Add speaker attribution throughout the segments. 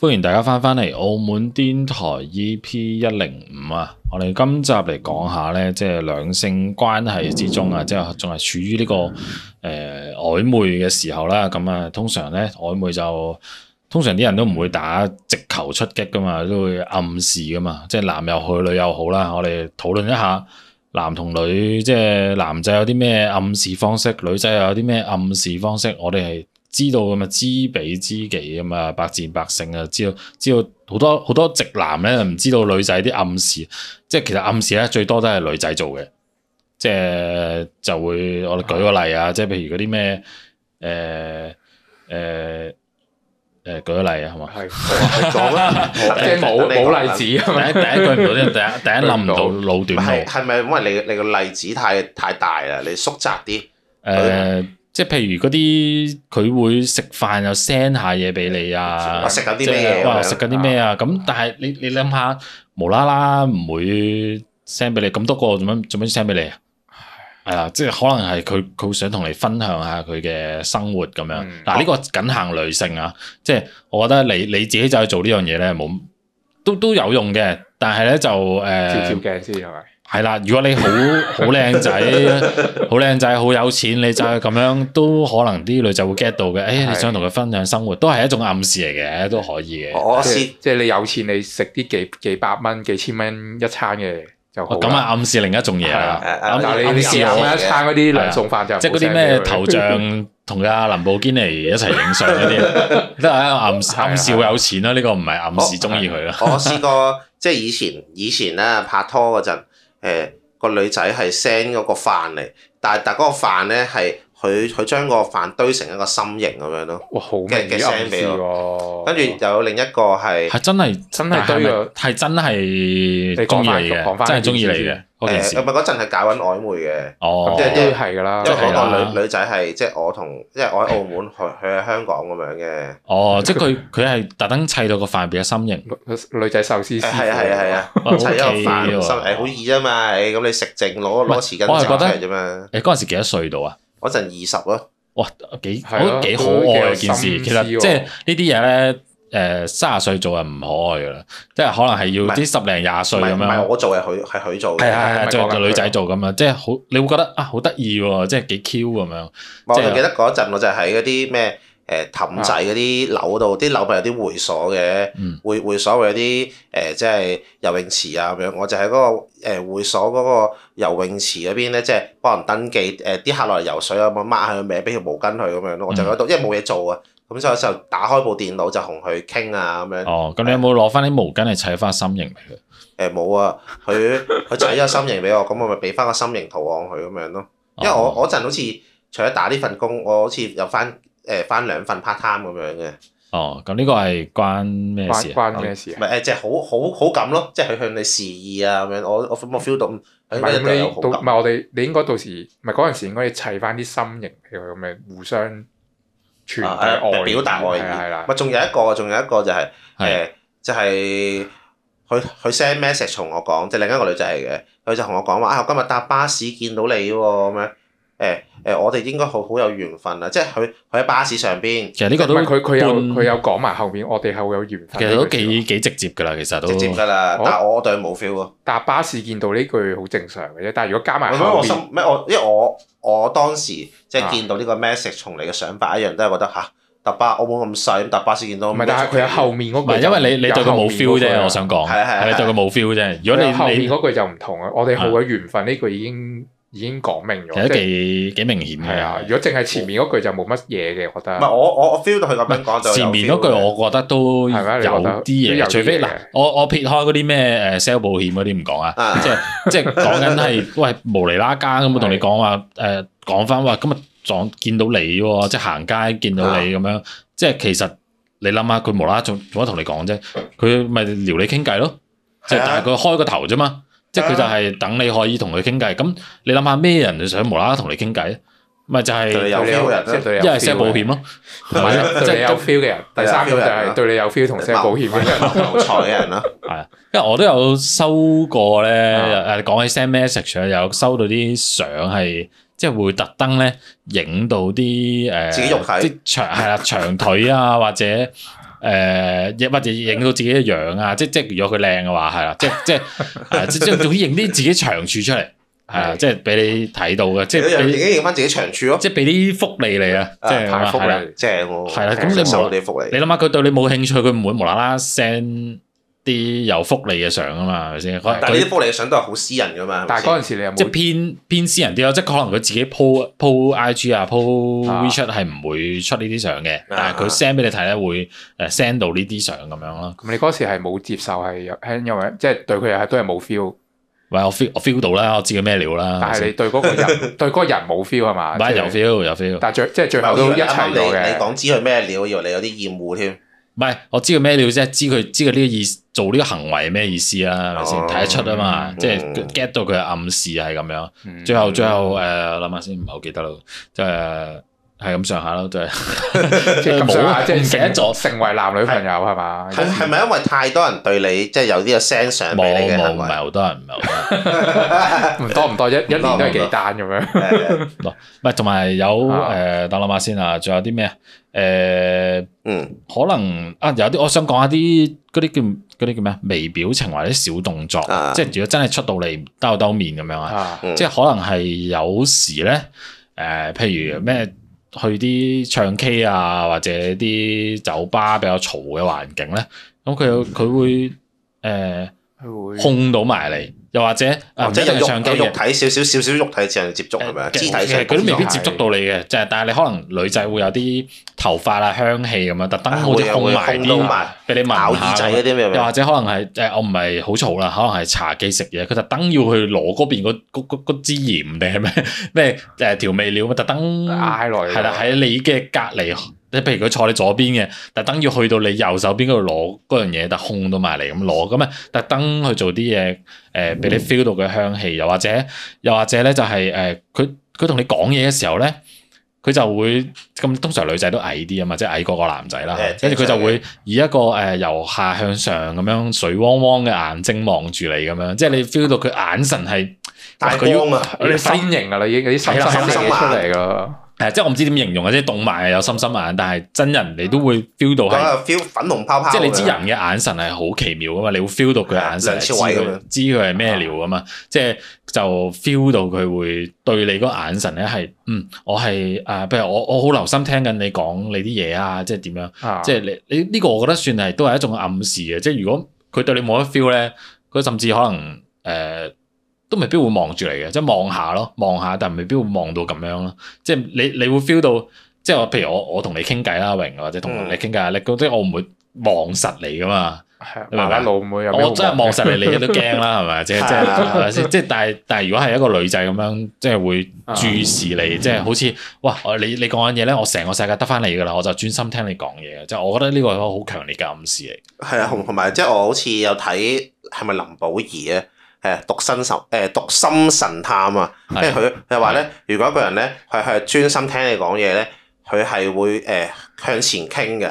Speaker 1: 歡迎大家翻返嚟澳門電台 EP 一零五啊！我哋今集嚟講下呢，即係兩性關係之中啊，即係仲係處於呢、個誒、呃、曖昧嘅時候啦。咁啊，通常呢，曖昧就通常啲人都唔會打直球出擊噶嘛，都會暗示噶嘛。即係男又好，女又好啦。我哋討論一下男同女，即係男仔有啲咩暗示方式，女仔又有啲咩暗示方式，我哋係。知道咁啊，知彼知己咁啊，百戰百勝啊，知道知道好多好多直男咧唔知道女仔啲暗示，即係其實暗示咧最多都係女仔做嘅，即係就會我哋舉個例啊，即係譬如嗰啲咩誒誒誒舉個例啊，係嘛？
Speaker 2: 係 係講啦，即
Speaker 3: 即係冇冇例子
Speaker 1: 第
Speaker 3: 咁樣。
Speaker 1: 一第一句唔到，即係第一第一諗唔到
Speaker 3: 舉
Speaker 1: 腦
Speaker 2: 唔係
Speaker 1: 短路。
Speaker 2: 係咪因為你你個例子太太大啦？你縮窄啲，
Speaker 1: 誒、即係譬如嗰啲佢會食飯又 send 下嘢俾你啊，
Speaker 2: 我食緊啲
Speaker 1: 即係
Speaker 2: 咩嘢
Speaker 1: 哇
Speaker 2: 咁樣
Speaker 1: 食緊啲咩啊？咁但係你你諗下，無啦啦唔會 send 俾你，咁多個做乜做乜 send 俾你啊？係啦，即係可能係佢佢想同你分享下佢嘅生活咁樣。
Speaker 3: 嗯
Speaker 1: 嗱呢個僅限女性啊，即係我覺得你你自己就去做呢樣嘢咧，冇都都有用嘅，但係咧就誒。
Speaker 3: 照照鏡先係咪？
Speaker 1: 係啦，如果你好 好靚仔，好靚仔，好有錢，你就係咁樣，都可能啲女仔會 get 到嘅。誒、哎你
Speaker 3: 係
Speaker 1: 想同佢分享生活，都係一種暗示嚟嘅，都可以嘅。
Speaker 2: 我我
Speaker 3: 即
Speaker 2: 試
Speaker 3: 係即係你有錢，你食啲幾幾百蚊、幾千蚊一餐嘅就好
Speaker 1: 哦
Speaker 3: 啦。
Speaker 1: 咁啊，暗示另一種嘢啦，
Speaker 2: 係啊
Speaker 1: 暗
Speaker 3: 但係你
Speaker 1: 暗
Speaker 3: 你
Speaker 1: 示
Speaker 3: 幾
Speaker 2: 暗
Speaker 3: 百
Speaker 2: 示
Speaker 1: 我
Speaker 2: 我
Speaker 3: 蚊一餐嗰啲兩餸飯就
Speaker 1: 即係嗰啲咩頭像同阿林寶堅尼一齊影相嗰 啲，都係一個暗示
Speaker 3: 係啊哦
Speaker 1: 暗示會有錢啦。呢個唔係暗示中意佢啦。
Speaker 2: 我試過 即係以前以前咧拍拖嗰陣，誒、個女仔係 send 嗰個飯嚟，但係但嗰個飯咧係佢佢將個飯堆成一個心形咁樣咯，
Speaker 3: 哇好明
Speaker 2: 嘅嘅
Speaker 3: 顯暗
Speaker 2: send
Speaker 3: 示
Speaker 2: 俾
Speaker 3: 喎。
Speaker 2: 跟住有另一個係
Speaker 1: 哦係真係
Speaker 3: 真啊係哦堆咗
Speaker 1: 係真係
Speaker 3: 講
Speaker 1: 中意
Speaker 3: 返
Speaker 1: 你
Speaker 3: 講
Speaker 1: 嘅，
Speaker 3: 返
Speaker 1: 真係
Speaker 3: 呢件
Speaker 1: 中意你
Speaker 3: 事
Speaker 1: 嘅嗰
Speaker 3: 先
Speaker 2: 誒
Speaker 1: 件
Speaker 2: 誒
Speaker 1: 事
Speaker 2: 唔。係嗰陣係搞緊曖昧嘅。
Speaker 1: 哦
Speaker 3: 咁，即係都係㗎啦。
Speaker 2: 因為
Speaker 1: 係啊啦
Speaker 2: 嗰個女女仔係即係我同，因為我喺澳門，佢佢喺香港咁樣嘅。
Speaker 1: 哦，即係佢佢係特登砌到個飯變咗心形。
Speaker 3: 女女仔壽司師
Speaker 2: 誒
Speaker 3: 傅
Speaker 2: 係啊係啊係啊，
Speaker 1: 哇
Speaker 2: 砌一個
Speaker 1: OK
Speaker 2: 飯
Speaker 1: 喎
Speaker 2: 心誒好易啫啊嘛，誒咁你食剩攞攞匙
Speaker 1: 我
Speaker 2: 羹
Speaker 1: 係
Speaker 2: 整
Speaker 1: 覺
Speaker 2: 出
Speaker 1: 得
Speaker 2: 嚟啫嘛。
Speaker 1: 你嗰陣時幾多歲到啊？
Speaker 2: 嗰陣二十咯，
Speaker 1: 哇，幾我
Speaker 3: 係
Speaker 1: 覺
Speaker 3: 咯
Speaker 1: 得幾可愛嘅件
Speaker 3: 都幾
Speaker 1: 事。
Speaker 3: 有
Speaker 1: 其實
Speaker 3: 心思喎
Speaker 1: 即係呢啲嘢咧，誒三十歲做係唔可愛噶啦，即係可能係
Speaker 2: 唔
Speaker 1: 要
Speaker 2: 係
Speaker 1: 啲十零廿
Speaker 2: 唔
Speaker 1: 歲
Speaker 2: 係
Speaker 1: 咁
Speaker 2: 唔係
Speaker 1: 樣。
Speaker 2: 我做嘅，佢係佢做
Speaker 1: 啊係
Speaker 2: 嘅。
Speaker 1: 係係，
Speaker 3: 係
Speaker 1: 就
Speaker 3: 咪講緊
Speaker 1: 就
Speaker 3: 佢
Speaker 1: 女仔做咁啊，即係好，你會覺得啊，好得意喎，即係幾 Q 咁樣。
Speaker 2: 我
Speaker 1: 即係啊
Speaker 2: 仲記得嗰陣我就喺嗰啲咩誒氹仔嗰啲樓度，啲樓咪有啲會所嘅
Speaker 1: 嗯，
Speaker 2: 會會所會有啲誒即係游泳池啊咁樣，我就喺嗰個誒會所嗰個游泳池嗰邊咧，即係幫人登記誒啲客落嚟游水啊，咁樣抹下佢名，俾條毛巾佢咁樣咯，我就喺
Speaker 1: 嗯
Speaker 2: 度，因為冇嘢做啊，咁所以我就打開部電腦就同佢傾啊咁樣，
Speaker 1: 哦，咁你有冇攞翻啲毛巾嚟砌翻心形俾佢？
Speaker 2: 誒冇啊，佢佢砌咗個心形俾我，咁我咪俾翻個心形圖案佢咁樣咯。因為我
Speaker 1: 哦
Speaker 2: 我嗰陣好似除咗打呢份工，我好似有翻誒翻兩份 part time 咁樣嘅，
Speaker 1: 哦，咁呢個係關咩事
Speaker 3: 關
Speaker 1: 啊？
Speaker 3: 關咩事
Speaker 2: 唔
Speaker 3: 啊？
Speaker 2: 係誒，即係好好好感咯，即係佢向你示意啊咁樣，我我我 feel 到嗯
Speaker 3: 唔
Speaker 2: 佢
Speaker 3: 係
Speaker 2: 應該
Speaker 3: 咁
Speaker 2: 對我
Speaker 3: 你
Speaker 2: 有好
Speaker 3: 到唔
Speaker 2: 感，
Speaker 3: 係我哋，你應該到時唔係嗰陣時應該砌翻啲心形俾佢咁樣互相傳遞
Speaker 2: 啊
Speaker 3: 愛
Speaker 2: 誒表達愛意。
Speaker 3: 係啦係啦
Speaker 2: 咪。仲有一個，仲有一個就係
Speaker 1: 係
Speaker 2: 誒，就係佢佢 send message 同我講，即係另一個女仔嚟嘅，佢就同我講話啊，我今日搭巴士見到你喎咁樣。誒誒，我哋應該好好有緣分啊！即係佢佢喺巴士上邊
Speaker 1: 其實呢個
Speaker 3: 唔
Speaker 1: 都
Speaker 3: 係佢佢有
Speaker 1: 半
Speaker 3: 佢有講埋後面，我哋係會有緣分。
Speaker 1: 其實都幾幾直接噶啦，其實都
Speaker 2: 直接㗎啦，
Speaker 3: 哦
Speaker 2: 但係我對佢冇 feel 喎。
Speaker 3: 搭巴士見到呢句好正常嘅啫，但係如果加埋
Speaker 2: 咁樣
Speaker 3: 後
Speaker 2: 我心
Speaker 3: 面，
Speaker 2: 咩？我因為我我當時即係
Speaker 3: 啊
Speaker 2: 見到呢個 message 同你嘅想法一樣，都係覺得吓，搭巴澳門咁細，咁搭巴士見到
Speaker 3: 唔係，但係佢有後面嗰
Speaker 1: 唔
Speaker 3: 句就，
Speaker 1: 係因為你你對佢冇 feel 啫，我
Speaker 3: 有
Speaker 1: 想講
Speaker 2: 係啊係啊
Speaker 1: 係你對佢冇 feel 啫。如
Speaker 3: 後
Speaker 1: 果你
Speaker 3: 面
Speaker 1: 你
Speaker 3: 嗰句就唔同啊！我哋好有緣分呢句已經已經講明
Speaker 1: 其實都
Speaker 3: 咗，即係
Speaker 1: 幾幾明顯
Speaker 3: 係啊！
Speaker 1: 嘅
Speaker 3: 如。果淨係前面嗰句就冇乜嘢嘅，我覺
Speaker 2: 唔
Speaker 3: 得
Speaker 2: 係我我我 feel 到佢咁樣講就有
Speaker 1: 前面嗰
Speaker 2: feel
Speaker 1: 句
Speaker 2: 嘅
Speaker 1: 我覺得都有
Speaker 3: 係咪你覺得
Speaker 1: 啲
Speaker 3: 都
Speaker 1: 嘢
Speaker 3: 有
Speaker 1: 嘅，
Speaker 3: 啲
Speaker 1: 除非嗱
Speaker 3: 嘢嘅，
Speaker 1: 我我撇開嗰啲咩誒 sell 保險嗰啲唔講啊，
Speaker 2: 啊
Speaker 1: 即係即係講緊係喂無厘啦更咁同你講話誒講翻話今日撞見到你喎，即係行街見到
Speaker 2: 啊
Speaker 1: 你咁樣，即係其實你諗下佢無啦啦做做乜同你講啫？佢咪撩你傾偈咯，即係
Speaker 2: 係啊
Speaker 1: 但係佢開個頭啫嘛，即係佢就係等你可以同佢傾偈。咁你諗下咩人想無啦啦同你傾偈？啊咪就係
Speaker 2: 對你有
Speaker 3: 對你
Speaker 2: feel 嘅啊人
Speaker 3: 即係對你
Speaker 1: 一
Speaker 3: 有
Speaker 1: 係 sell 保險咯，啊
Speaker 3: 唔係對你有 feel 嘅人，第三個就係 對你有 feel 同 sell 保險嘅人。
Speaker 2: 謀財嘅人咯，
Speaker 1: 係啊，因為我都有收過咧，
Speaker 3: 啊
Speaker 1: 誒講起 send message 啊，有收到啲相係即係會特登咧影到啲誒
Speaker 2: 自己肉體
Speaker 1: 即係長係啦長腿啊，或者誒誒，或者影到自己嘅樣啊，即即如果佢靚嘅話，係啦，即即係即即總之影啲自己長處出嚟，係啊，
Speaker 3: 係
Speaker 1: 即係俾你睇到嘅，即
Speaker 2: 即係
Speaker 1: 係
Speaker 2: 影
Speaker 1: 俾
Speaker 2: 影翻自己長處咯，
Speaker 1: 即係俾啲福利你啊，
Speaker 2: 啊
Speaker 1: 即係咁
Speaker 3: 太
Speaker 1: 啊
Speaker 3: 福
Speaker 1: 係啦。
Speaker 3: 利，
Speaker 2: 正喎。
Speaker 1: 係啦咁你
Speaker 2: 收
Speaker 1: 無
Speaker 2: 到啲福利
Speaker 1: 你，諗下佢對你冇興趣，佢唔會無啦啦 send 啲有福利嘅相啊嘛，係咪先？可能
Speaker 2: 但係呢
Speaker 1: 佢
Speaker 2: 啲福利嘅相都係好私人噶嘛，係咪
Speaker 3: 但係嗰陣時你有
Speaker 1: 即係
Speaker 3: 冇
Speaker 1: 偏偏私人啲咯，即係可能佢自己 po po IG 啊，po
Speaker 3: 啊
Speaker 1: WeChat 係唔會出呢啲相嘅，但係佢
Speaker 2: 啊
Speaker 1: send 俾你睇咧會誒 send 到呢啲相咁樣咯。
Speaker 3: 咁你嗰時係冇接受係有係因為即係對佢又係都係冇 feel，
Speaker 1: 喂，我 feel 我 feel 到啦，我知佢咩料啦。
Speaker 3: 但
Speaker 1: 係咪
Speaker 3: 係
Speaker 1: 先
Speaker 3: 你對嗰 個人對嗰個人冇 feel 係嘛？
Speaker 1: 唔係
Speaker 3: 即
Speaker 1: 有
Speaker 3: 係
Speaker 1: feel 有 feel，
Speaker 3: 但係最即係最
Speaker 2: 先
Speaker 3: 後都一
Speaker 2: 啱啱
Speaker 3: 齊
Speaker 2: 你
Speaker 3: 咗
Speaker 2: 你
Speaker 3: 嘅。
Speaker 2: 講知佢咩料，以為你有啲厭惡添。
Speaker 1: 唔係我知佢咩料啫，知佢知佢呢個意思做呢個行為咩意思啦，係咪先
Speaker 2: 哦
Speaker 1: 睇得出啊嘛？
Speaker 3: 嗯
Speaker 1: 即係 get 到佢嘅暗示係咁樣。
Speaker 3: 嗯
Speaker 1: 最後最後誒諗下先，唔係好記得咯，即係係咁上下咯，即係
Speaker 3: 即係咁上下，
Speaker 1: 冇
Speaker 3: 即係
Speaker 1: 唔記得咗
Speaker 3: 成成為男女朋友係嘛？
Speaker 2: 係係咪因為太多人對你即係有呢個 send 相
Speaker 1: 冇
Speaker 2: 俾你嘅
Speaker 1: 冇
Speaker 2: 行
Speaker 1: 唔係
Speaker 2: 為？
Speaker 1: 好多人唔係好多人，
Speaker 3: 唔多唔多，一一年都係幾單咁樣。
Speaker 2: 誒
Speaker 1: 唔係同埋有
Speaker 3: 啊
Speaker 1: 誒等諗下先啊，仲有啲咩啊？誒
Speaker 2: 嗯
Speaker 1: 可能啊有啲我想講下啲嗰啲叫嗰啲叫咩啊？微表情或者小動作
Speaker 2: 啊，
Speaker 1: 即係如果真係出到嚟兜兜面咁樣啊。
Speaker 3: 啊
Speaker 2: 嗯
Speaker 1: 即係可能係有時咧，誒、譬如咩去啲唱 K 啊，或者啲酒吧比較嘈嘅環境咧，咁佢有佢會誒、呃、
Speaker 3: 佢會
Speaker 1: 控到埋嚟，又或者啊
Speaker 2: 哦
Speaker 1: 唔一
Speaker 2: 即
Speaker 1: 定
Speaker 2: 係
Speaker 1: 係
Speaker 2: 有
Speaker 1: 唱
Speaker 2: 肉
Speaker 1: K
Speaker 2: 有肉
Speaker 1: 嘅。
Speaker 2: 體少少少少肉體上接觸係咪啊？肢體上
Speaker 1: 其實佢都未必接觸到你嘅，就係但係你可能女仔會有啲頭髮啊、香氣咁樣，特登
Speaker 2: 啊
Speaker 1: 好似
Speaker 2: 會啊
Speaker 1: 控
Speaker 2: 會啊
Speaker 1: 埋
Speaker 2: 控到
Speaker 1: 啲
Speaker 2: 埋
Speaker 1: 俾你聞
Speaker 2: 咬
Speaker 1: 下啊
Speaker 2: 耳仔
Speaker 1: 咁樣
Speaker 2: 嗰啲咩？
Speaker 1: 又或者可能係誒、我唔係好嘈啦，可能係茶記食嘢，佢特登要去攞嗰邊嗰嗰嗰嗰支鹽定係咩咩誒調味料，特登
Speaker 2: 啊
Speaker 1: 係
Speaker 3: 嗌落嚟㗎。
Speaker 1: 啦，喺你嘅隔離，即係譬如佢坐你左邊嘅，特登要去到你右手邊嗰度攞嗰樣嘢，但控到埋嚟咁攞，咁啊特登去做啲嘢誒，俾、你 feel 到佢香氣，又或者又或者咧就係、誒，佢佢同你講嘢嘅時候咧。佢就會咁通常女仔都矮啲啊嘛，即係矮過個男仔啦
Speaker 2: 誒。
Speaker 1: 跟住佢就
Speaker 2: 正常嘅
Speaker 1: 會以一個誒、呃由下向上咁樣水汪汪嘅眼睛望住你咁樣，即係你 feel 到佢眼神係
Speaker 2: 大
Speaker 1: 佢要
Speaker 2: 光啊！
Speaker 3: 有啲心形㗎啦，已經有啲心
Speaker 1: 係啦係
Speaker 3: 心
Speaker 1: 啦
Speaker 3: 形嘢出嚟㗎啦。
Speaker 1: 誒，即係我唔知點形容啊，即係動漫有心心眼，但係真人你都會 feel 到
Speaker 2: 嗰
Speaker 1: 係，
Speaker 2: 個 feel 粉紅泡泡，啊
Speaker 1: 即係你知啊人嘅眼神係好奇妙噶嘛，你會 feel 到佢眼神係啊
Speaker 2: 梁
Speaker 1: 知
Speaker 2: 朝偉咁
Speaker 1: 佢
Speaker 2: 樣
Speaker 1: 知佢係咩料噶嘛，即係就 feel 到佢會對你嗰個眼神咧係，嗯，我係誒，譬如我我好留心聽緊你講你啲嘢啊，即係點樣。
Speaker 3: 啊
Speaker 1: 即係你你呢個，我覺得算係都係一種暗示嘅。即係如果佢對你冇得 feel 咧，佢甚至可能誒、呃都未必會望住你嘅，即係望下咯，望下，但係未必會望到咁樣咯。即係你你會 feel 到，即係我譬如我我同你傾偈啦，榮或者同
Speaker 2: 嗯
Speaker 1: 你傾偈啊，你覺得我唔會望實你噶嘛？
Speaker 3: 係啊
Speaker 1: 你明唔明
Speaker 3: 麻甩佬妹有咩好
Speaker 1: 我真係望實你，你都驚啦，係咪？即係即係
Speaker 2: 係啊
Speaker 1: 係咪先？即係但係但係，如果係一個女仔咁樣，即係會
Speaker 3: 啊
Speaker 1: 注視你，即係好似哇！我你你講緊嘢咧，我成個世界得翻你噶啦，我就專心聽你講嘢。即係我覺得呢個係一個好強烈嘅暗示嚟。
Speaker 2: 係啊，同同埋即係我好似有睇係咪林保怡啊？係啊，讀心神誒讀心神探啊！即
Speaker 1: 係
Speaker 2: 係佢佢話咧，如果一個人咧佢係專心聽你講嘢咧，佢係會誒向前傾嘅，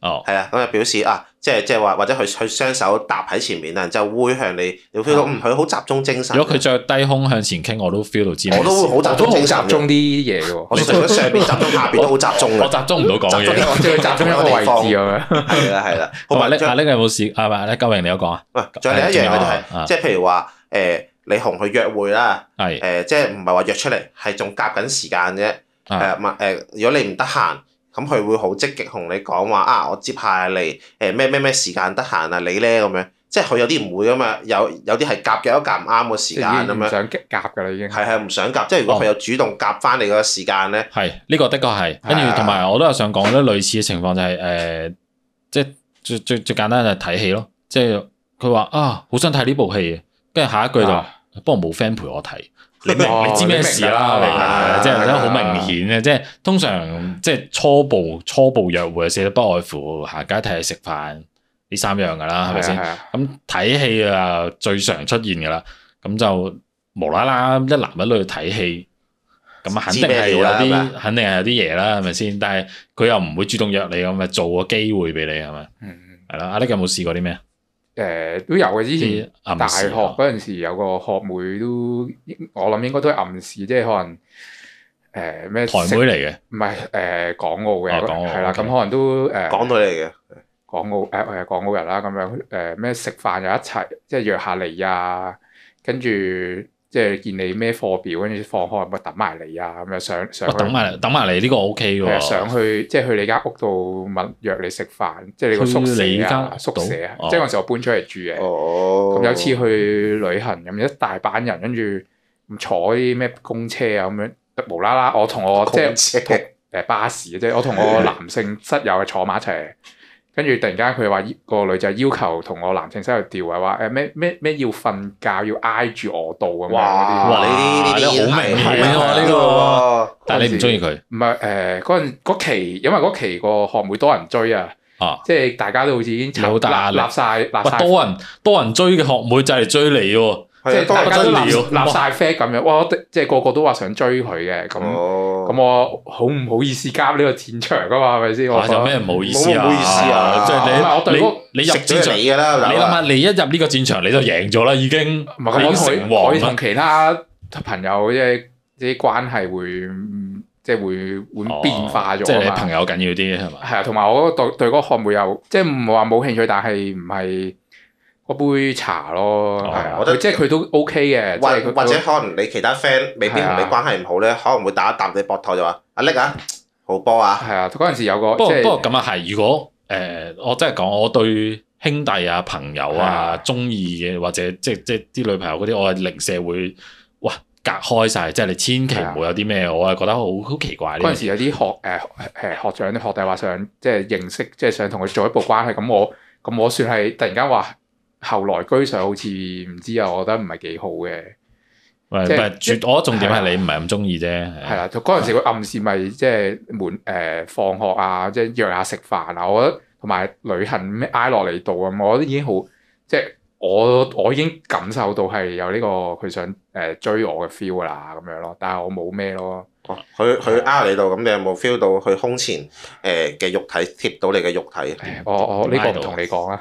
Speaker 1: 哦，
Speaker 2: 係啊，咁就表示啊，即係即係話或者佢佢雙手搭喺前面啊，然之後揮向你，你 feel 到
Speaker 3: 嗯
Speaker 2: 嗯佢好集中精神。
Speaker 1: 啊如果佢着低胸向前傾，我都 feel 到知咩事。
Speaker 2: 我都會好
Speaker 3: 我
Speaker 2: 集
Speaker 3: 都
Speaker 2: 中
Speaker 3: 好
Speaker 2: 精神
Speaker 3: 集
Speaker 2: 嘅
Speaker 3: 中啲嘢嘅喎。
Speaker 2: 我除咗上邊集中，下邊都好集中
Speaker 1: 我
Speaker 2: 嘅。
Speaker 1: 集中唔到講
Speaker 2: 集中
Speaker 1: 嘢。
Speaker 2: 啲
Speaker 3: 我即係集中一個位置咁樣。
Speaker 2: 係啦係啦，
Speaker 1: 同
Speaker 2: 同
Speaker 1: 埋
Speaker 2: 埋
Speaker 1: 呢
Speaker 2: 仲
Speaker 1: 啊呢個有冇試啊？唔係咧，嘉榮你有講啊？
Speaker 2: 喂仲有另一樣嘅就係，
Speaker 1: 啊
Speaker 2: 即係譬如話誒，你同佢約會啦，
Speaker 1: 係
Speaker 2: 誒即係唔係話約出嚟，係仲夾緊時間啫。
Speaker 1: 啊
Speaker 2: 誒唔係誒，如果你唔得閒，咁佢會好積極同你講話啊，我接下嚟誒咩咩咩時間得閒啊，你咧咁樣，即係佢有啲唔會噶嘛，有有啲係夾嘅，都夾唔啱個時
Speaker 3: 即
Speaker 2: 間
Speaker 3: 係已
Speaker 2: 咁
Speaker 3: 經唔
Speaker 2: 樣，
Speaker 3: 想夾㗎啦，已經。
Speaker 2: 係係唔想夾。即係如果佢有主動夾翻你個時間咧，
Speaker 1: 係呢個的確係。跟
Speaker 2: 係
Speaker 1: 住
Speaker 2: 啊
Speaker 1: 同埋我都有想講咧，類似嘅情況就係誒，即係最最最簡單就係睇戲咯。即係佢話啊，好想睇呢部戲，跟住下一句就。
Speaker 3: 啊
Speaker 1: 不過冇 friend 陪我睇，你明
Speaker 3: 哦
Speaker 1: 你知咩事啦，
Speaker 3: 你
Speaker 1: 明
Speaker 3: 明
Speaker 2: 啦
Speaker 1: 白即係
Speaker 2: 明啦
Speaker 1: 好明顯嘅，即係通常即係初步初步約會寫得不外乎行街睇戲食飯呢三樣噶啦，係咪
Speaker 3: 係
Speaker 1: 先？
Speaker 3: 啊係啊
Speaker 1: 咁睇戲啊最常出現噶啦，咁就無啦啦一男一女去睇戲。咁啊肯定係有
Speaker 2: 知咩料啦係
Speaker 1: 啲，肯定係有啲嘢啦，係咪先？但係佢又唔會主動約你，咁咪做個機會俾你，係咪？
Speaker 3: 嗯
Speaker 1: 係啦，阿叻有冇試過啲咩？
Speaker 3: 誒都有嘅之前。
Speaker 1: 啲暗
Speaker 3: 嗯大學
Speaker 1: 示啊
Speaker 3: 嗰陣時有個學妹都，我諗應該都係暗示，即係可能誒咩
Speaker 1: 台妹嚟嘅，
Speaker 3: 唔係誒港澳嘅，
Speaker 1: 哦港澳
Speaker 3: 係啦，
Speaker 1: OK
Speaker 3: 咁可能都誒
Speaker 2: 講到你嘅，
Speaker 3: 港澳誒誒、呃港澳人啦，咁樣誒咩食飯又一齊，即係約下你啊，跟住即係見你咩課表，跟住放學有冇等埋你啊，咁樣上上
Speaker 1: 哇
Speaker 3: 去
Speaker 1: 等埋等埋嚟呢個 O K
Speaker 3: 係啊
Speaker 1: 喎，
Speaker 3: 上去即係去你間屋度問約你食飯，即係你個
Speaker 1: 去
Speaker 3: 宿
Speaker 1: 哦你
Speaker 3: 舍
Speaker 1: 間屋
Speaker 3: 啊
Speaker 1: 度
Speaker 3: 宿舍啊
Speaker 1: 哦，
Speaker 3: 即係嗰陣時我搬出嚟住嘅。
Speaker 2: 哦，
Speaker 3: 咁有一次去旅行咁一大班人，跟住坐啲咩公車啊咁樣，無啦啦我同 我即係同誒巴士即係我同我男性室友坐埋一齊，跟住突然間佢話個女仔要求同我男性室友調位話誒咩咩咩要瞓覺要挨住我度咁樣嗰啲，
Speaker 1: 哇
Speaker 3: 啊
Speaker 2: 哇！你呢啲
Speaker 1: 你好明顯
Speaker 3: 喎呢個
Speaker 2: 啊個
Speaker 1: 但係你唔中意佢
Speaker 3: 唔係誒嗰陣嗰期，因為嗰期個學妹多人追啊，
Speaker 1: 啊？
Speaker 3: 即係大家都好似已經
Speaker 1: 有大壓
Speaker 3: 立
Speaker 1: 力
Speaker 3: 立晒立
Speaker 1: 喂，
Speaker 3: 晒
Speaker 1: 多人多人追嘅學妹就嚟追你喎，
Speaker 3: 即
Speaker 2: 係
Speaker 3: 係大
Speaker 2: 啊，
Speaker 3: 家都
Speaker 1: 不得
Speaker 3: 立
Speaker 1: 了
Speaker 3: 立晒 flag 咁樣，哇！我即係個個都話想追佢嘅咁。
Speaker 2: 哦
Speaker 3: 咁我好唔好意思加入呢個戰場噶嘛，係咪先？我
Speaker 1: 哇有咩唔好意思啊？
Speaker 2: 冇唔好意思啊
Speaker 1: 即
Speaker 3: 唔係我
Speaker 1: 係
Speaker 3: 對
Speaker 1: 你
Speaker 3: 嗰
Speaker 1: 你你入
Speaker 2: 食
Speaker 1: 戰
Speaker 2: 咗
Speaker 1: 場，
Speaker 2: 你
Speaker 1: 你
Speaker 2: 㗎啦，
Speaker 1: 諗下你一入呢個戰場你就贏咗啦，已經
Speaker 3: 唔係
Speaker 1: 你已經
Speaker 3: 我
Speaker 1: 成
Speaker 3: 同佢我
Speaker 1: 王啦
Speaker 3: 同。其他朋友即係啲關係會嗯即係會會變化
Speaker 1: 哦即係
Speaker 3: 咗
Speaker 1: 你
Speaker 3: 啊
Speaker 1: 朋
Speaker 3: 嘛。
Speaker 1: 友緊要啲係嘛？
Speaker 3: 係啊，同埋我對對嗰個項目又即係唔係話冇興趣，但係唔係嗰杯茶咯。
Speaker 1: 哦
Speaker 3: 係啊，
Speaker 2: 我覺得
Speaker 3: 佢即係佢都 OK 嘅，即係
Speaker 2: 或
Speaker 3: 佢
Speaker 2: 或者可能你其他 friend 未必
Speaker 3: 係
Speaker 2: 同
Speaker 3: 啊
Speaker 2: 你關係唔好咧，可能會打一啖你膊頭就話：阿叻啊，好波啊！
Speaker 3: 係啊。嗰陣時有個
Speaker 1: 不過
Speaker 3: 即係
Speaker 1: 不過咁啊係，如果誒我真係講我對兄弟啊、朋友啊、
Speaker 3: 係
Speaker 1: 中意嘅或者即即啲女朋友嗰啲，我係零舍會哇隔開晒，即係你千祈唔好有啲咩，我係覺得好好奇怪呢
Speaker 3: 啊嗰
Speaker 1: 樣
Speaker 3: 陣時有啲學誒誒學長啲學弟話想即係認識，即係想同佢做一步關係。咁我咁我算係突然間話後來居上，好似唔知啊，我覺得唔係幾好嘅。
Speaker 1: 唔係
Speaker 3: 即係
Speaker 1: 唔係絕，我覺得重點係你唔係咁中意啫。
Speaker 3: 係
Speaker 1: 係
Speaker 3: 啦，就嗰陣時佢暗示咪即係門誒、放學啊，即係約下食飯啊。我覺得同埋旅行咩挨落嚟度啊，我覺得已經好即係我我已經感受到係有呢、個佢想誒、追我嘅 feel 啦咁樣咯，但係我冇咩咯。
Speaker 2: 哦佢佢呃你到咁，你有冇 feel 到佢胸前誒嘅肉體貼到你嘅肉體？
Speaker 3: 我我呢、
Speaker 1: 挨
Speaker 3: 個
Speaker 1: 到
Speaker 3: 唔同你講啊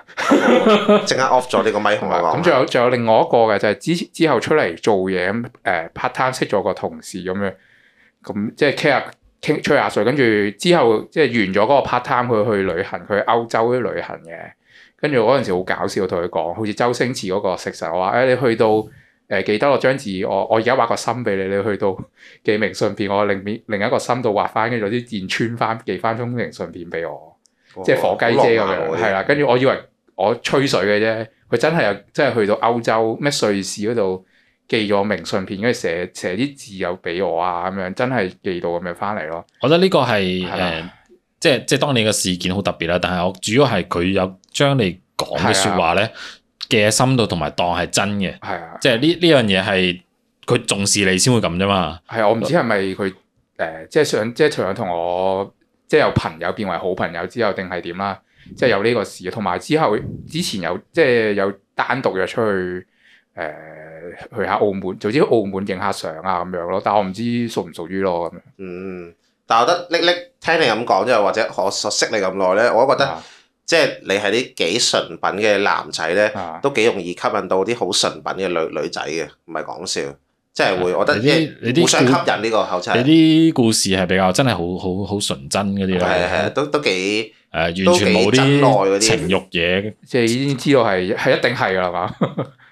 Speaker 3: 啦。
Speaker 2: 即刻 off 咗呢個咪同我
Speaker 3: 咁
Speaker 2: 講。啊
Speaker 3: 仲有仲有另外一個嘅就係之之後出嚟做嘢咁誒 part time 識咗個同事咁樣，咁即係傾下傾吹下水，跟住之後即係完咗嗰個 part time 佢去旅行，佢去歐洲去旅行嘅。跟住我嗰陣時好搞笑，同佢講，好似周星馳嗰個食神，我話誒、你去到誒、記得落張紙，我我而家畫個心俾你，你去到 寄明信片，我另面另一個心度畫翻，跟住有啲箭穿翻，寄翻封明信片俾我。即係火雞姐咁樣，係啦。跟住我以為我吹水嘅啫，佢真係有真係去到歐洲咩瑞士嗰度寄咗明信片，跟住寫寫啲字又俾我啊咁樣，真係寄到咁樣翻嚟咯。
Speaker 1: 我覺得呢個係
Speaker 3: 係
Speaker 1: 誒
Speaker 3: 啦，
Speaker 1: 即係即係當你嘅事件好特別啦，但係我主要係佢有將你講
Speaker 3: 啊
Speaker 1: 嘅説話咧嘅深度同埋當係真嘅，
Speaker 3: 係啊，
Speaker 1: 即係呢呢樣嘢係佢重視你先會咁啫嘛。
Speaker 3: 係啊我唔知係咪佢誒，即係想即係除咗同我即係由朋友變為好朋友之後，定係點啦？即係有呢個事，同埋之後之前有即係有單獨約出去。誒、去下澳門，總之澳門影下相啊咁樣咯，但我唔知屬唔屬於咯咁樣。
Speaker 2: 嗯，但係我覺得叻叻聽你咁講啫，或者我所識你咁耐咧，我都覺得
Speaker 3: 啊
Speaker 2: 即係你係啲幾純品嘅男仔咧，
Speaker 3: 啊
Speaker 2: 都幾容易吸引到啲好純品嘅女女仔嘅，唔係講笑，即係會，我覺得
Speaker 1: 你啲你啲
Speaker 2: 互相
Speaker 1: 故
Speaker 2: 吸引呢個後真係
Speaker 1: 你啲故事係比較真係好好好純真嗰啲
Speaker 2: 係係係
Speaker 1: 啦，
Speaker 2: 都都幾
Speaker 1: 誒完全冇
Speaker 2: 都幾真愛
Speaker 1: 啲
Speaker 2: 嗰啲
Speaker 1: 情慾嘢。
Speaker 3: 即係已經知道係係一定係㗎啦嘛。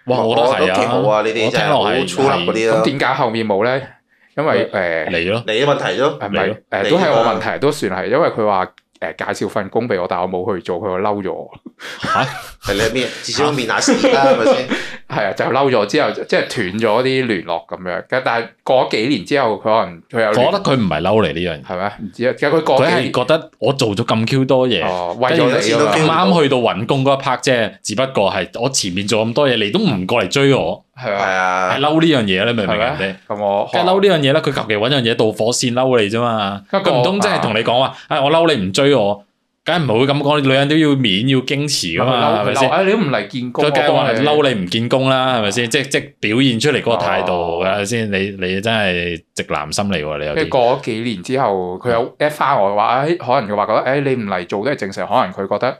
Speaker 1: 哇，我覺得
Speaker 2: 我
Speaker 1: 係
Speaker 2: 幾好啊！
Speaker 1: 我
Speaker 2: 呢啲真
Speaker 1: 聽
Speaker 2: 係
Speaker 1: 落
Speaker 2: 好
Speaker 1: 係
Speaker 2: 粗粒嗰啲
Speaker 3: 咁
Speaker 2: 咯，
Speaker 3: 點解後面冇咧？因為誒
Speaker 1: 嚟咯，
Speaker 2: 你嘅問題 咯，
Speaker 3: 係
Speaker 1: 你咯
Speaker 3: 咪誒都係
Speaker 2: 啊
Speaker 3: 我問題，都算係，因為佢話誒介紹份工俾我，但我冇去做，佢就嬲咗我。
Speaker 2: 係你面至少面下試啦，係咪先？
Speaker 3: 係啊，就嬲咗之後，即係斷咗啲聯絡咁樣。但係過咗幾年之後，佢可能佢有
Speaker 1: 我
Speaker 3: 聯
Speaker 1: 覺得佢唔係嬲你呢樣嘢，
Speaker 3: 係咪？唔知啊，其實佢過
Speaker 1: 佢
Speaker 3: 幾
Speaker 1: 係
Speaker 3: 年
Speaker 1: 覺得我做咗咁 Q 多嘢。
Speaker 3: 哦，為
Speaker 1: 跟住
Speaker 3: 咗
Speaker 2: 有
Speaker 3: 你
Speaker 2: 時
Speaker 3: 啊
Speaker 2: 都
Speaker 3: 嘛
Speaker 1: 咁
Speaker 2: 驚
Speaker 1: 啱去到揾工嗰一 part 啫，只不過係我前面做咁多嘢，你都唔過嚟追我，
Speaker 3: 係
Speaker 2: 係
Speaker 3: 啊，
Speaker 2: 啊
Speaker 1: 係。嬲呢樣嘢咧，明唔明啊
Speaker 3: 係咩
Speaker 1: 人哋？
Speaker 3: 咁我
Speaker 1: 梗係嬲呢樣嘢啦，佢求其揾樣嘢導火線嬲你啫嘛。
Speaker 3: 不過啊
Speaker 1: 佢唔通真係同你講話，唉，我嬲你唔追我，梗係唔會咁講。女人都要面要矜持
Speaker 3: 佢
Speaker 1: 噶嘛，係
Speaker 3: 嬲
Speaker 1: 咪
Speaker 3: 佢
Speaker 1: 先
Speaker 3: 嬲，？哎你都唔嚟見工，
Speaker 1: 佢梗係
Speaker 3: 我
Speaker 1: 話
Speaker 3: 幫你
Speaker 1: 嬲你唔見工啦，係咪先？即即表現出嚟嗰個態度
Speaker 3: 哦
Speaker 1: 㗎係咪先？你你真係直男心嚟喎，你有
Speaker 3: 跟住
Speaker 1: 啲嗯
Speaker 3: 過咗幾年之後，佢有 at 翻我話，誒、可能佢話覺得，誒、哎你唔嚟做都係正常，可能佢覺得，佢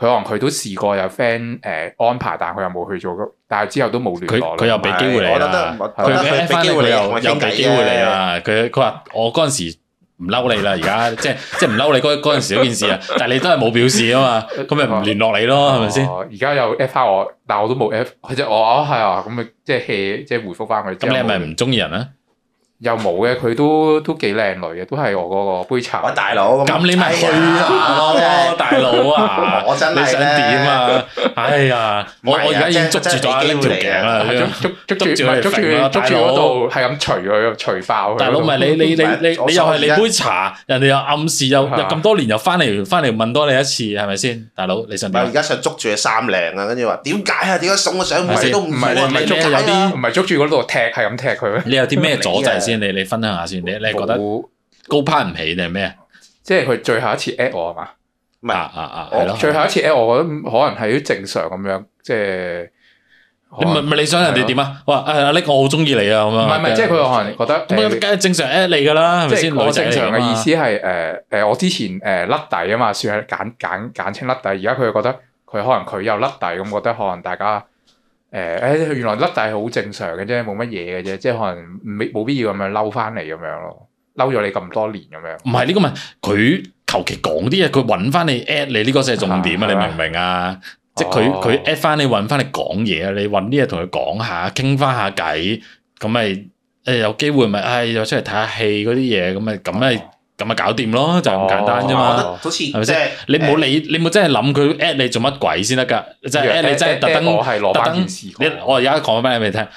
Speaker 3: 可能佢都試過有 friend 誒、安排，但佢又冇去做，但係之後都冇聯
Speaker 1: 佢
Speaker 3: 絡啦
Speaker 1: 佢又俾機會你
Speaker 2: 我覺得
Speaker 1: 啦。
Speaker 2: 我
Speaker 1: 佢
Speaker 2: 覺得
Speaker 1: 佢
Speaker 2: 佢俾
Speaker 1: 翻
Speaker 2: 機
Speaker 1: 嚟佢
Speaker 2: 會你
Speaker 1: 又
Speaker 2: 同佢
Speaker 1: 又
Speaker 2: 傾
Speaker 1: 俾
Speaker 2: 偈
Speaker 1: 機會你啦。佢佢話我嗰陣時唔嬲你啦，而家 即係即係唔嬲你嗰嗰陣時嗰件事啊，但係你都係冇表示啊嘛，咁咪唔聯絡你咯，係咪先？
Speaker 3: 哦而家又 F 翻我，但我都冇 F，即係我哦係啊，咁咪即係 hea，即係回覆翻佢。
Speaker 1: 咁你係咪唔中意人啊？
Speaker 3: 又冇嘅？佢都都幾靚女嘅，都係我嗰個杯茶。
Speaker 1: 啊
Speaker 2: 喂，大佬咁
Speaker 1: 咁
Speaker 2: 哎
Speaker 1: 你咪去下咯，大佬啊！
Speaker 2: 我真係
Speaker 1: 你想
Speaker 2: 咧
Speaker 1: 點啊？哎呀，我
Speaker 2: 唔係啊
Speaker 1: 我而家已經
Speaker 2: 真
Speaker 1: 捉住咗阿
Speaker 2: 真係
Speaker 1: 拎
Speaker 2: 俾機
Speaker 1: 條
Speaker 2: 會你
Speaker 1: 頸
Speaker 2: 啊
Speaker 1: 啦，咁樣
Speaker 3: 捉捉
Speaker 1: 捉
Speaker 3: 捉住
Speaker 1: 住
Speaker 3: 唔
Speaker 1: 佢
Speaker 3: 係捉住
Speaker 1: 揈啦
Speaker 3: 捉
Speaker 1: 大
Speaker 3: 住
Speaker 1: 佬
Speaker 3: 嗰度，係咁除佢，除爆佢。
Speaker 1: 大佬咪你你你
Speaker 2: 唔係
Speaker 1: 你
Speaker 2: 我
Speaker 1: 你又係
Speaker 2: 我而家
Speaker 1: 你杯茶，人哋又暗示又又
Speaker 3: 係啊
Speaker 1: 咁多年又翻嚟翻嚟問多你一次，係咪先？大佬你想
Speaker 2: 唔係
Speaker 1: 點
Speaker 2: 而
Speaker 1: 啊？
Speaker 2: 家想捉住佢三靚啊，跟住話點解啊？點解送我上
Speaker 1: 係
Speaker 2: 門
Speaker 1: 先
Speaker 2: 都唔
Speaker 3: 唔
Speaker 2: 要
Speaker 3: 係
Speaker 2: 啊？
Speaker 3: 你
Speaker 1: 你
Speaker 3: 咪捉
Speaker 1: 你
Speaker 3: 住
Speaker 1: 有啲
Speaker 3: 唔係捉住嗰度踢，係咁踢佢咩？
Speaker 1: 你有啲咩阻
Speaker 2: 你啊
Speaker 1: 滯先？你你分享下先，你你係覺得
Speaker 3: 冇
Speaker 1: 高攀唔起定係咩啊？
Speaker 3: 即係佢最後一次 at 我係嘛？
Speaker 2: 唔
Speaker 1: 啊啊
Speaker 2: 係
Speaker 1: 啊，係
Speaker 3: 我
Speaker 1: 咯。
Speaker 3: 最後一次 at 我，我覺得可能係啲正常咁樣，即係
Speaker 1: 你
Speaker 3: 可
Speaker 1: 咪
Speaker 3: 能
Speaker 1: 咪你想人哋點啊？哇！誒阿拎，我好中意你啊！咁
Speaker 3: 唔
Speaker 1: 樣
Speaker 3: 係唔係，即係佢可能覺得
Speaker 1: 咁啊梗係正常 at 你噶啦，係咪
Speaker 3: 即
Speaker 1: 先？
Speaker 3: 係我
Speaker 1: 女仔
Speaker 3: 正
Speaker 1: 嚟
Speaker 3: 常
Speaker 1: 㗎
Speaker 3: 嘅意
Speaker 1: 嘛
Speaker 3: 思係誒誒，我之前誒甩底啊嘛，算係簡簡簡稱甩底。而家佢覺得佢可能佢又甩底，咁覺得可能大家誒誒原來甩底係好正常嘅啫，冇乜嘢嘅啫，即係可能未冇必要咁樣嬲翻嚟咁樣咯，嬲咗你咁多年咁
Speaker 1: 唔
Speaker 3: 樣。
Speaker 1: 係呢個咪佢求其講啲嘢，佢揾翻你 at 你呢個先係重點啊！
Speaker 3: 啊係
Speaker 1: 你
Speaker 3: 啊
Speaker 1: 明唔明啊？即係佢
Speaker 3: 哦
Speaker 1: 佢 at 翻你揾翻你講嘢啊！你揾啲嘢同佢講下，傾翻下偈，咁咪誒有機會咪唉又出嚟睇下戲嗰啲嘢，咁咪咁
Speaker 3: 哦
Speaker 1: 咪咁咪搞掂咯，就係咁簡單啫
Speaker 2: 我覺
Speaker 1: 嘛
Speaker 2: 得。好似即
Speaker 1: 咪
Speaker 2: 哦係
Speaker 1: 先你唔好理，你唔好真係諗佢 at 你做乜鬼先得㗎，即係 at 你真係特登。
Speaker 3: 我係攞
Speaker 1: 特
Speaker 3: 翻
Speaker 1: 登
Speaker 3: 件事
Speaker 1: 你
Speaker 2: 哦
Speaker 3: 講。
Speaker 1: 我而家講翻俾你聽，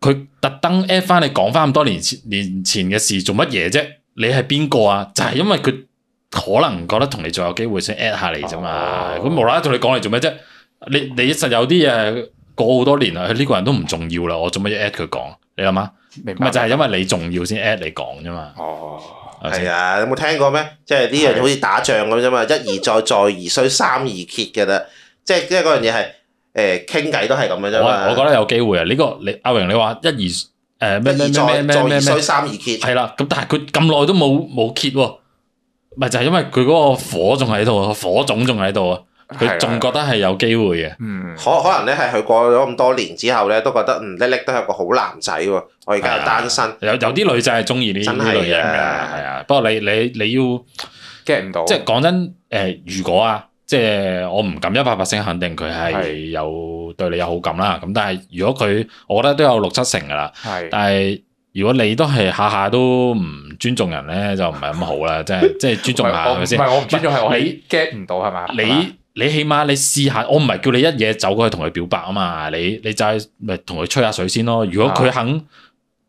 Speaker 1: 佢特登 at 翻你講翻咁多年前年前嘅事做乜嘢啫？你係邊個啊？就係、因為佢可能覺得同你仲有機會先 at 下你啫嘛。
Speaker 3: 哦
Speaker 1: 咁、無啦啦同你講嚟做咩啫？你你實有啲嘢過好多年啦，呢、個人都唔重要啦，我做乜要 at 佢講？你諗下，
Speaker 3: 明白
Speaker 1: 咪就係因為你重要先 at 你講啫嘛。
Speaker 3: 哦，
Speaker 1: 係咪
Speaker 2: 係
Speaker 1: 先
Speaker 2: 啊，有冇聽過咩？即係呢樣
Speaker 3: 係
Speaker 2: 好似打仗咁啫嘛，一而再，再而衰，三而竭嘅啦。即係即係嗰樣嘢係誒傾偈都係咁嘅啫
Speaker 1: 我
Speaker 2: 嘛。
Speaker 1: 我覺得有機會啊！呢、個你阿榮你話一而誒咩
Speaker 2: 一
Speaker 1: 咩咩
Speaker 2: 而再，
Speaker 1: 咩
Speaker 2: 再
Speaker 1: 咩咩
Speaker 2: 而
Speaker 1: 咩
Speaker 2: 衰，。三而竭。
Speaker 1: 係啦，咁但係佢咁耐都冇冇揭喎，咪就係因為佢嗰個火仲喺度啊，火種仲喺度啊，
Speaker 3: 係
Speaker 1: 佢
Speaker 3: 啦
Speaker 1: 仲覺得係有機會嘅。
Speaker 3: 嗯
Speaker 2: 可可能咧係佢過咗咁多年之後咧，都覺得嗯叻叻都係個好男仔喎，我而家係啊單身，
Speaker 1: 有有啲女仔係中意呢
Speaker 2: 真係
Speaker 1: 呢類型嘅，
Speaker 2: 嘅
Speaker 1: 係啊。不過你你你要
Speaker 3: get 唔到，
Speaker 1: 即係講真，誒，如果啊，即係我唔敢一百 percent 肯定佢係
Speaker 3: 係
Speaker 1: 有對你有好感啦。咁但係如果佢，我覺得都有六七成噶啦。
Speaker 3: 係
Speaker 1: 但係如果你都係下下都唔尊重人咧，就唔係咁好啦。即係即係尊重下
Speaker 3: 我
Speaker 1: 係咪先
Speaker 3: 唔？係我唔尊重係我
Speaker 1: 你
Speaker 3: 係 get 唔到係嘛？係嘛
Speaker 1: 你你起碼你試下，我唔係叫你一嘢走過去同佢表白啊嘛，你你就係咪同佢吹下水先咯。如
Speaker 3: 啊
Speaker 1: 果佢肯，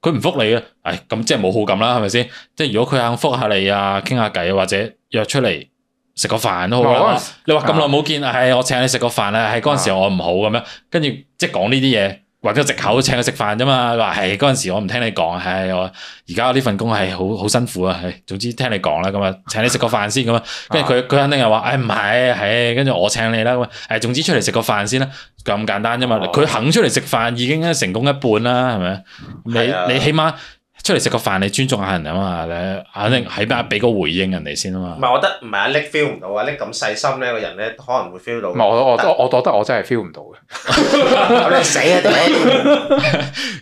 Speaker 1: 佢唔復你嘅，唉，咁即係冇好感啦，係咪先？即係如果佢肯復下你啊，傾下偈啊或者約出嚟食個飯都好啊
Speaker 3: 唔係我嗰
Speaker 1: 啦
Speaker 3: 陣時。
Speaker 1: 你話咁耐冇見，唉，我請你食個飯啊，係嗰陣時我唔好咁樣，跟住即係講呢啲嘢。揾個藉口請佢食飯啫嘛，話係嗰陣時我唔聽你講，係我而家呢份工係好好辛苦啊，係總之聽你講啦咁啊，請你食個飯先咁啊，跟住佢佢肯定係話，誒唔係，係跟住我請你啦，咁啊誒總之出嚟食個飯先啦，咁簡單啫嘛，
Speaker 3: 哦
Speaker 1: 佢肯出嚟食飯已經成功一半啦，係咪？
Speaker 2: 係啊
Speaker 1: 你你起碼出嚟食個飯，你尊重下人啊嘛，你肯定起碼俾個回應人哋先啊嘛
Speaker 2: 唔。係我覺得唔係阿叻 feel 唔到啊，叻咁細心咧個人咧可能會 feel 到
Speaker 3: 唔。係我我我我覺得我真係 feel 唔到嘅，
Speaker 2: 咁 你死啊屌！唔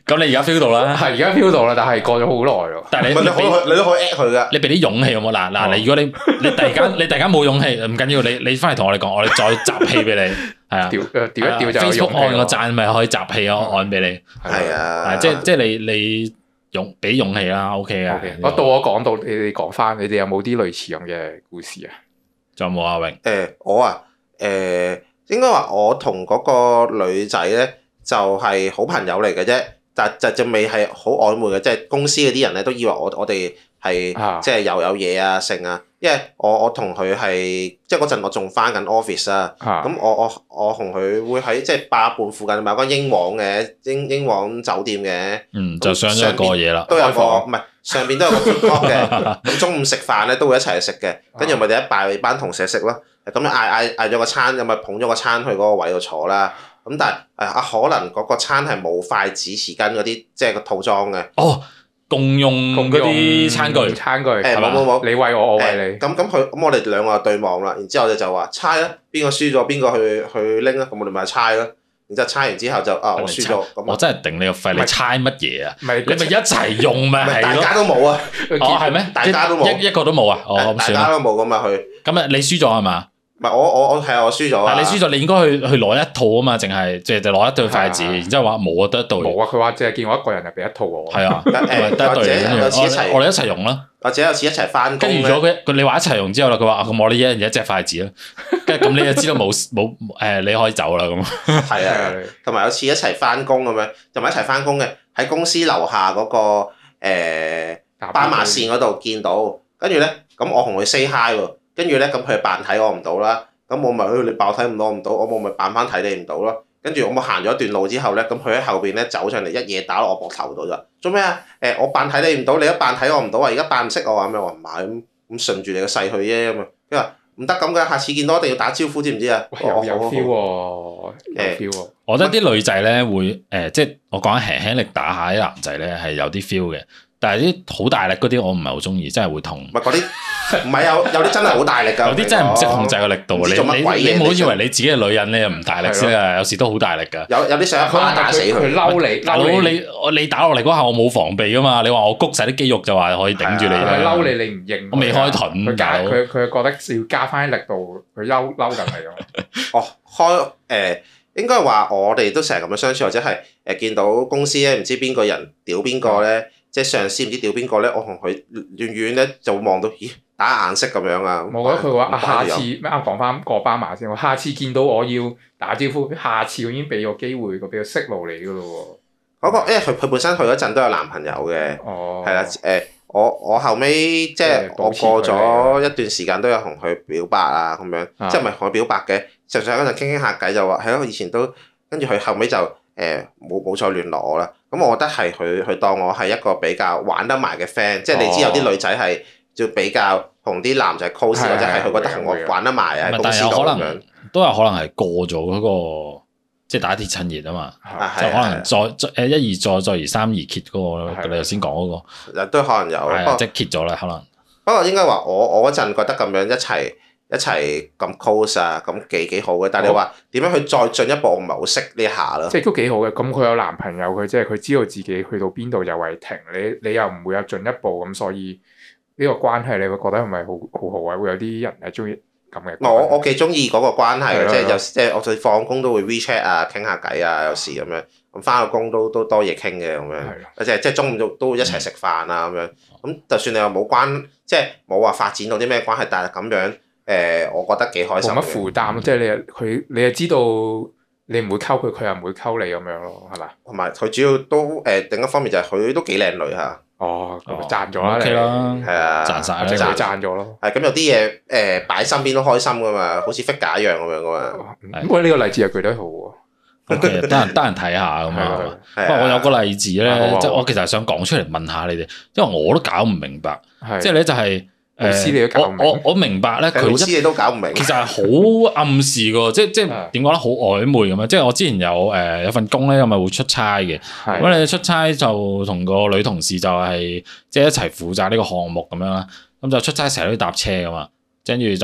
Speaker 1: 咁你而家 feel 到啦，
Speaker 3: 係而家 feel 到啦，但係過咗好耐咯。
Speaker 1: 但係你
Speaker 2: 係你可
Speaker 1: 俾
Speaker 2: 以你都可以 at 佢噶。
Speaker 1: 你俾啲勇氣好冇？嗱
Speaker 3: 哦
Speaker 1: 嗱，你如果你你突然間你突然間冇勇氣，唔緊要，你你翻嚟同我哋講，我哋再集氣俾你，係啊。
Speaker 3: 掉誒掉一掉呃就有
Speaker 1: Facebook
Speaker 3: 用
Speaker 1: 按個
Speaker 3: 嘅。
Speaker 1: 讚咪可以集氣咯，按俾你，
Speaker 2: 係啊
Speaker 1: 係，即係即係你你勇俾勇氣啦，OK 嘅啊
Speaker 3: OK，。我到我講到你哋講翻，你哋有冇啲類似咁嘅故事啊？
Speaker 1: 仲有冇阿榮？
Speaker 2: 誒、我啊，誒、應該話我同嗰個女仔咧就係、好朋友嚟嘅啫，但就就未係好曖昧嘅，即係公司嗰啲人咧都以為我我哋係
Speaker 3: 啊
Speaker 2: 即係又有嘢啊剩啊，因為我我同佢係即係嗰陣我仲翻緊 office 啊，
Speaker 3: 嚇
Speaker 2: 咁我我我同佢會喺即係八佰伴附近買間英皇嘅英英皇酒店嘅。
Speaker 1: 嗯，就上咗一個嘢啦。
Speaker 2: 都有
Speaker 3: 開
Speaker 2: 個
Speaker 3: 房
Speaker 2: 唔係上邊都有個 food court 嘅，咁中午食飯咧都會一齊食嘅，跟住
Speaker 1: 啊
Speaker 2: 咪哋一拜班同事食咯，咁就嗌嗌嗌咗個餐，咁咪捧咗個餐去嗰個位度坐啦。咁但係誒啊，可能嗰個餐係冇筷子、匙羹嗰啲，即係個套裝嘅。
Speaker 1: 哦，共用
Speaker 3: 共
Speaker 1: 嗯嗰
Speaker 3: 用嗯
Speaker 1: 啲餐具。
Speaker 3: 餐具
Speaker 2: 誒
Speaker 3: 係
Speaker 2: 冇
Speaker 3: 嘛
Speaker 2: 冇冇，
Speaker 3: 你餵我，我餵
Speaker 2: 誒
Speaker 3: 你。
Speaker 2: 咁咁佢咁我哋兩個就對望啦，然之後我哋就話猜啦，邊個輸咗邊個去去拎啦，咁我哋咪猜啦。然之後猜完之後就啊我
Speaker 1: 你
Speaker 2: 輸
Speaker 1: 猜
Speaker 2: 咗咁
Speaker 1: 我
Speaker 2: 啊，
Speaker 1: 真係頂你個肺，
Speaker 3: 唔
Speaker 1: 你
Speaker 3: 係
Speaker 1: 猜乜嘢啊？
Speaker 3: 唔係呃
Speaker 1: 你咪一齊用咪
Speaker 2: 唔係
Speaker 1: 係
Speaker 2: 大
Speaker 1: 咯？
Speaker 2: 家都冇啊，
Speaker 1: 哦，係咩？
Speaker 2: 大家都冇
Speaker 1: 一一個都冇啊！哦，咁
Speaker 2: 大
Speaker 1: 算
Speaker 2: 家
Speaker 1: 啦。
Speaker 2: 都冇咁啊佢，
Speaker 1: 咁啊，你輸咗係嘛？
Speaker 2: 唔係我我我係啊我輸咗啊，
Speaker 1: 但你輸咗，你應該去去攞一套啊嘛，淨係即係就攞一對筷子，
Speaker 3: 係啊
Speaker 1: 然之後話冇啊，得一對。
Speaker 3: 冇啊！佢話淨係見我一個人就俾一套我。
Speaker 1: 係啊，
Speaker 2: 但
Speaker 1: 咪
Speaker 2: 誒
Speaker 1: 得一
Speaker 2: 或者
Speaker 1: 對。跟
Speaker 2: 有次
Speaker 1: 住
Speaker 2: 一齊
Speaker 1: 我我哋一齊用啦。
Speaker 2: 或者有次一齊翻工
Speaker 1: 跟住
Speaker 2: 咧
Speaker 1: 咗，佢，佢你話一齊用之後啦，佢話啊咁我哋一人一隻筷子啦。跟住咁你就知道冇 冇誒，你可以走啦咁。
Speaker 2: 係
Speaker 3: 係
Speaker 2: 啊
Speaker 3: 啊，。你
Speaker 2: 同埋有次一齊翻工咁樣，同埋一齊翻工嘅喺公司樓下嗰、個誒
Speaker 3: 搭
Speaker 2: 斑馬
Speaker 3: 邊
Speaker 2: 線嗰度見到，跟住咧咁我同佢 say hi 喎，跟住咧咁佢扮睇我唔到啦，咁我咪誒你爆睇唔到我唔到，我冇咪扮翻睇你唔到咯。跟住我咪行咗一段路之後咧，咁佢喺後邊咧走上嚟一嘢打落我膊頭度咋？做咩啊？誒、我扮睇你唔到，你都扮睇我唔到啊！而家扮唔識我啊咁樣，我話唔係咁咁順住你個勢去啫咁啊。佢話唔得咁㗎，下次見到一定要打招呼，知唔知啊？
Speaker 3: 喂
Speaker 2: 我
Speaker 3: 有
Speaker 2: 話
Speaker 3: 有
Speaker 2: 好好好
Speaker 3: feel 喎，有
Speaker 2: 誒
Speaker 3: feel 喎。
Speaker 1: 我覺得啲女仔咧會誒、即係我講輕輕力打下啲男仔咧係有啲 feel 嘅，但係啲好大力嗰啲我唔係好中意，真係會痛
Speaker 2: 唔。係嗰啲，唔係有有啲真係好大力㗎，
Speaker 1: 有啲真係唔識控制。個力度，
Speaker 2: 唔
Speaker 1: 你
Speaker 2: 知做乜鬼
Speaker 1: 你
Speaker 2: 嘢
Speaker 1: 你唔好以
Speaker 2: 你
Speaker 1: 為你自己係女人咧唔大力先啊，有時都好大力噶。
Speaker 2: 有有啲想一巴打死
Speaker 3: 佢
Speaker 2: 佢，
Speaker 3: 嬲你，
Speaker 1: 大佬
Speaker 3: 嬲
Speaker 1: 你我你打落嚟嗰下我冇防備噶嘛，你話我谷晒啲肌肉就話可以頂住你
Speaker 2: 係
Speaker 1: 啦
Speaker 2: 啊
Speaker 3: 佢。嬲你，你唔認佢啊。
Speaker 1: 我未開盾
Speaker 3: 佢
Speaker 1: 大
Speaker 3: 加
Speaker 1: 佬
Speaker 3: 佢佢覺得要加翻啲力度，佢嬲嬲緊 你咯。
Speaker 2: 哦，開誒、呃、應該話我哋都成日咁樣相處，或者係誒、呃、見到公司咧，唔知邊個人屌邊個咧，即係上司唔知屌邊個咧，我同佢遠遠咧就望到，咦打眼色咁樣啊！
Speaker 3: 我覺得佢話啊，
Speaker 2: 唔關
Speaker 3: 下
Speaker 2: 事
Speaker 3: 次
Speaker 2: 啊
Speaker 3: 咩啱講翻過斑馬先，我下次見到我要打招呼，下次我已經俾個機會，佢俾個 signal 你噶咯
Speaker 2: 嗰、個，因為佢佢本身佢嗰陣都有男朋友嘅
Speaker 3: 喎。，哦，
Speaker 2: 係啦誒，我我後尾即係
Speaker 3: 即係保
Speaker 2: 我
Speaker 3: 持距離
Speaker 2: 過咗一段時間都有同佢表白啊咁樣。
Speaker 3: 啊，
Speaker 2: 即係唔係同佢表白嘅，純粹喺嗰陣傾傾下偈就話係咯，以前都跟住佢後尾就誒冇冇再聯絡我啦。咁我覺得係佢佢當我係一個比較玩得埋嘅
Speaker 1: 哦
Speaker 2: friend，即係你知有啲女仔係要比較同啲男仔 close，
Speaker 3: 係
Speaker 2: 或者係
Speaker 3: 係
Speaker 2: 佢覺得同
Speaker 3: 會嘅
Speaker 2: 我玩得埋啊，
Speaker 1: 唔係
Speaker 2: 喺公
Speaker 1: 但係
Speaker 2: 司
Speaker 1: 有
Speaker 2: 度
Speaker 1: 可
Speaker 2: 咁
Speaker 1: 能
Speaker 2: 樣
Speaker 1: 都有可能係過咗嗰個即係打鐵趁熱啊嘛，
Speaker 2: 啊，
Speaker 1: 就
Speaker 2: 係
Speaker 1: 可能
Speaker 2: 啊
Speaker 1: 再再誒一而再再而三而揭嗰
Speaker 3: 係
Speaker 1: 個，
Speaker 3: 啊
Speaker 1: 你頭先講嗰
Speaker 2: 係啊，都可能有。
Speaker 1: 個係
Speaker 2: 不
Speaker 1: 啊，
Speaker 2: 過
Speaker 1: 即係揭咗啦，可能
Speaker 2: 不過應該話我我嗰陣覺得咁樣一齊一齊咁 close 啊，咁幾幾好嘅。但係你話點樣去再進一步，我唔係好識呢下啦。
Speaker 3: 即係都幾好嘅。咁佢有男朋友，佢即係佢知道自己去到邊度就係停，你你又唔會有進一步咁，所以呢個關係你會覺得係咪好好好啊？會有啲人係中意咁嘅關係。
Speaker 2: 我我幾中意嗰個關係
Speaker 3: 係
Speaker 2: 嘅，
Speaker 3: 咯
Speaker 2: 即
Speaker 3: 係
Speaker 2: 係
Speaker 3: 咯
Speaker 2: 有時即係我哋放工都會 WeChat 啊，傾下偈啊，有時咁樣。咁翻個工都都多嘢傾嘅咁樣，
Speaker 3: 係咯，
Speaker 2: 即係即係中午都都會一齊食飯啊咁樣。咁就算你話冇關，即係冇話發展到啲咩關係，但係咁樣誒、我覺得幾開心
Speaker 3: 冇乜
Speaker 2: 嘅。
Speaker 3: 負擔，即係你佢你又知道你唔會溝佢，佢又唔會溝你咁樣咯，係咪？
Speaker 2: 同埋佢主要都誒、另一方面就係佢都幾靚女嚇，
Speaker 3: 哦，咁
Speaker 1: 哦
Speaker 3: 賺咗啦，
Speaker 1: OK 啦
Speaker 3: 你
Speaker 2: 係啊，
Speaker 1: 賺晒啦
Speaker 3: 即係佢
Speaker 2: 賺
Speaker 3: 賺咗咯。
Speaker 2: 係咁有啲嘢誒擺身邊都開心噶嘛，好似 figure 一樣咁樣噶嘛。
Speaker 1: 係
Speaker 3: 不過呢個例子又舉得好喎，
Speaker 1: OK，得 人得人睇下咁樣係嘛。
Speaker 3: 係啊
Speaker 2: 係
Speaker 1: 不過我有
Speaker 2: 個
Speaker 1: 個例子
Speaker 3: 啊好啊
Speaker 1: 咧
Speaker 3: 好，啊
Speaker 1: 即係我其實係想講出嚟問下你哋，因為我都搞唔明白。即係咧就係
Speaker 3: 老師
Speaker 1: 誒
Speaker 3: 你都搞
Speaker 1: 我
Speaker 3: 唔明
Speaker 1: 我我明白咧，佢
Speaker 2: 老
Speaker 1: 一
Speaker 2: 師你都搞唔明，
Speaker 1: 其實係好暗示嘅，即係即係
Speaker 3: 係
Speaker 1: 點講咧，好曖昧咁樣。即係我之前有誒有份工咧，咁咪會出差嘅。
Speaker 3: 係
Speaker 1: 咁你出差就同個女同事就係即係一齊負責呢個項目咁樣啦。咁就出差成日都要搭車噶嘛，跟住就誒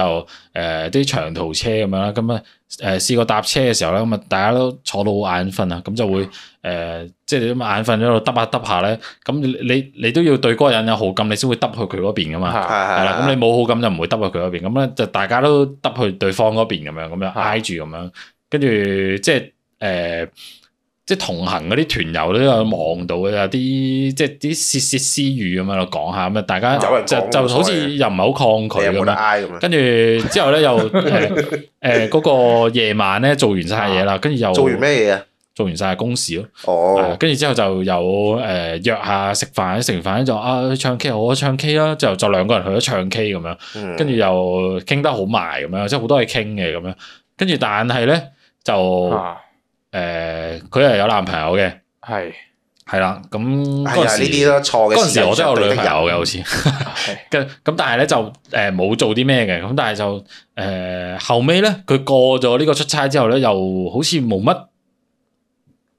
Speaker 1: 啲、長途車咁樣啦。咁啊誒試過搭車嘅時候咧，咁啊大家都坐到好眼瞓啊，咁就會誒、即係你咁眼瞓喺度耷下耷下咧，咁你你你都要對嗰個人有好感，你先會耷去佢嗰邊噶嘛。
Speaker 2: 係
Speaker 3: 係
Speaker 2: 係
Speaker 1: 係啦，咁
Speaker 2: 係
Speaker 1: 你冇好感就唔會耷去佢嗰邊，咁咧就大家都耷去對方嗰邊咁樣，咁
Speaker 2: 啊
Speaker 1: 樣挨住咁樣，跟住即係誒、呃即係同行嗰啲團友都有望到嘅，有啲即係啲竊竊私語咁樣度講下，咁啊大家
Speaker 2: 有人講
Speaker 1: 就
Speaker 2: 冇
Speaker 1: 就好
Speaker 2: 所謂
Speaker 1: 似又唔係好抗
Speaker 2: 你有
Speaker 1: 拒
Speaker 2: 冇
Speaker 1: 咁
Speaker 2: 得
Speaker 1: 樣。
Speaker 2: 挨咁樣？
Speaker 1: 跟住之後咧又誒誒嗰個夜晚咧做完晒嘢啦，跟住又
Speaker 2: 嗯做完咩嘢啊？
Speaker 1: 做完晒公事咯。啊
Speaker 2: 哦，
Speaker 1: 跟住之後就有誒、呃、約下食飯，食完飯咧就啊去唱 K，好啊唱 K 啦，之後就兩個人去咗唱 K 咁樣，
Speaker 2: 跟
Speaker 1: 跟住又傾得好埋咁樣，即係好多嘢傾嘅咁樣。跟住但係咧就誒
Speaker 3: 啊
Speaker 1: 佢係有男朋友嘅，
Speaker 3: 係
Speaker 1: 係啦。咁
Speaker 2: 係
Speaker 1: 嗰
Speaker 2: 啊，
Speaker 1: 陣
Speaker 2: 呢啲
Speaker 1: 時
Speaker 2: 咯錯嘅
Speaker 1: 嗰陣
Speaker 2: 事
Speaker 1: 時我都有女朋友嘅，
Speaker 2: 嘅，
Speaker 1: 好似。
Speaker 3: 係
Speaker 1: 跟咁，但係咧就誒冇、做啲咩嘅，咁但係就誒、呃、後尾咧，佢過咗呢個出差之後咧，又好似冇乜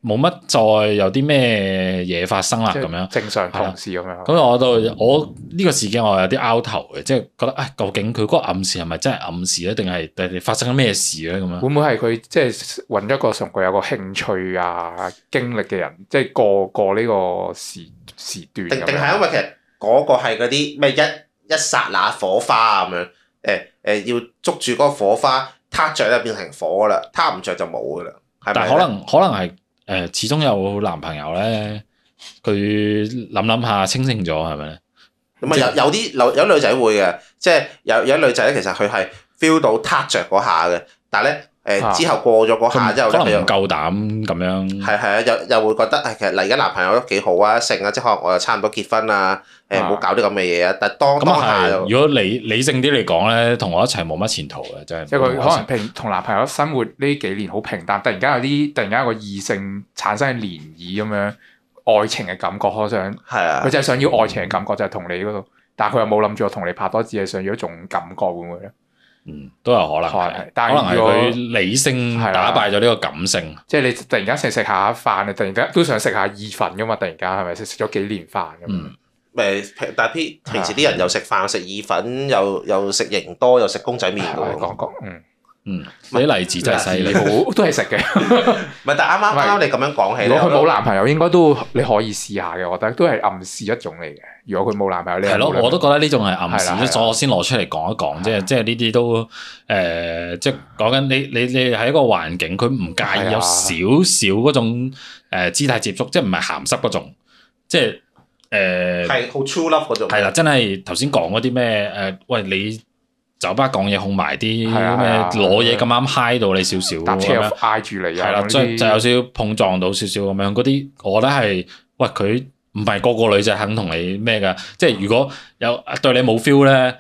Speaker 1: 冇乜再有啲咩嘢發生啦
Speaker 3: 即
Speaker 1: 啊咁樣
Speaker 3: 係。正常同事咁樣。
Speaker 1: 咁我到我呢個事件我有啲拗頭嘅，即係覺得啊、究竟佢嗰個暗示係咪真係暗示咧，定係定係發生緊咩事咧咁樣？
Speaker 3: 會唔會係佢即係揾一個同佢有個興趣啊、經歷嘅人，即係過過呢個時時段咁
Speaker 2: 定
Speaker 3: 樣？
Speaker 2: 定係因為其實嗰個係嗰啲咩一一剎那火花咁樣，誒、誒、要捉住嗰個火花，撻着就變成火噶啦，撻唔着就冇噶啦，係
Speaker 1: 但
Speaker 2: 咪
Speaker 1: 係可
Speaker 2: 呢？
Speaker 1: 能可能係誒、呃始終有男朋友咧，佢諗諗下清醒咗係咪咧？
Speaker 2: 咁啊有有啲有有女仔會嘅，即係有有啲女仔咧，其實佢係 feel 到撻着嗰下嘅，但係咧
Speaker 3: 啊
Speaker 2: 誒之後過咗嗰下之後
Speaker 1: 可
Speaker 2: 咧，佢
Speaker 1: 能唔
Speaker 2: 又
Speaker 1: 夠膽咁樣。
Speaker 2: 係係啊，又又會覺得誒其實嚟緊男朋友都幾好啊，性啊，即係可能我又差唔多結婚啊，誒唔好
Speaker 3: 啊
Speaker 2: 搞啲咁嘅嘢啊，但係當
Speaker 1: 咁
Speaker 2: 當
Speaker 1: 啊
Speaker 2: 下
Speaker 1: 係，
Speaker 2: 就
Speaker 1: 如果理理性啲嚟講咧，同我一齊冇乜前途嘅，真係。
Speaker 3: 即係佢可能平同男朋友生活呢幾年好平淡，突然間有啲突然間有個異性產生漣漪咁樣愛情嘅感覺，我想
Speaker 2: 係啊
Speaker 3: 佢。就係想要愛情嘅感覺，就係同你嗰度，但係佢又冇諗住我同你拍拖，只係想要一種感覺，會唔會咧？
Speaker 1: 嗯都有可能
Speaker 3: 可能
Speaker 1: 係
Speaker 3: 係，但係
Speaker 1: 可能係
Speaker 3: 如果
Speaker 1: 佢理性
Speaker 3: 係啦
Speaker 1: 打敗咗呢個感性。
Speaker 3: 即係你突然間食食下飯，你突然間都想食下意粉噶嘛？突然間係咪食食咗幾年飯咁樣？
Speaker 1: 嗯
Speaker 2: 誒，平但係平平時啲人又食飯，又食意粉，又又食型多，又食公仔麵
Speaker 3: 係
Speaker 2: 嘅
Speaker 3: 我哋
Speaker 2: 喎。
Speaker 3: 講講，嗯，
Speaker 1: 嗯，你啲例子真係犀利。
Speaker 3: 好 都係食嘅。
Speaker 2: 唔係，但係啱啱啱啱你咁樣講起
Speaker 3: 如
Speaker 2: 咧，
Speaker 3: 果佢冇男朋友，應該都你可以試下嘅，我覺得都係暗示一種嚟嘅。如果佢冇男朋友，你
Speaker 1: 係咯，我都覺得呢種係暗
Speaker 3: 係啦係
Speaker 1: 示，
Speaker 3: 啦
Speaker 1: 所以我先攞出嚟講一講
Speaker 3: 係
Speaker 1: 啫。即係呢啲都誒，即係講緊你你你喺一個環境，佢唔介意
Speaker 3: 係啊
Speaker 1: 有少少嗰種誒肢體接觸，即係唔係鹹濕嗰種，即係誒
Speaker 2: 係好 true love 嗰種。
Speaker 1: 係啦，，真係頭先講嗰啲咩誒，喂你酒吧講嘢控埋啲
Speaker 3: 係啊係
Speaker 1: 咩
Speaker 3: 啊
Speaker 1: 攞嘢咁啱嗨到你少少
Speaker 3: 搭
Speaker 1: 咁
Speaker 3: 車
Speaker 1: 樣，
Speaker 3: 挨住你啊，
Speaker 1: 係啦，
Speaker 3: 咁
Speaker 1: 即係
Speaker 3: 呢
Speaker 1: 就
Speaker 3: 啲
Speaker 1: 有少少碰撞到少少咁樣嗰啲，我覺得係喂佢唔係個個女仔肯同你咩㗎，即係如果有對你冇 feel 咧，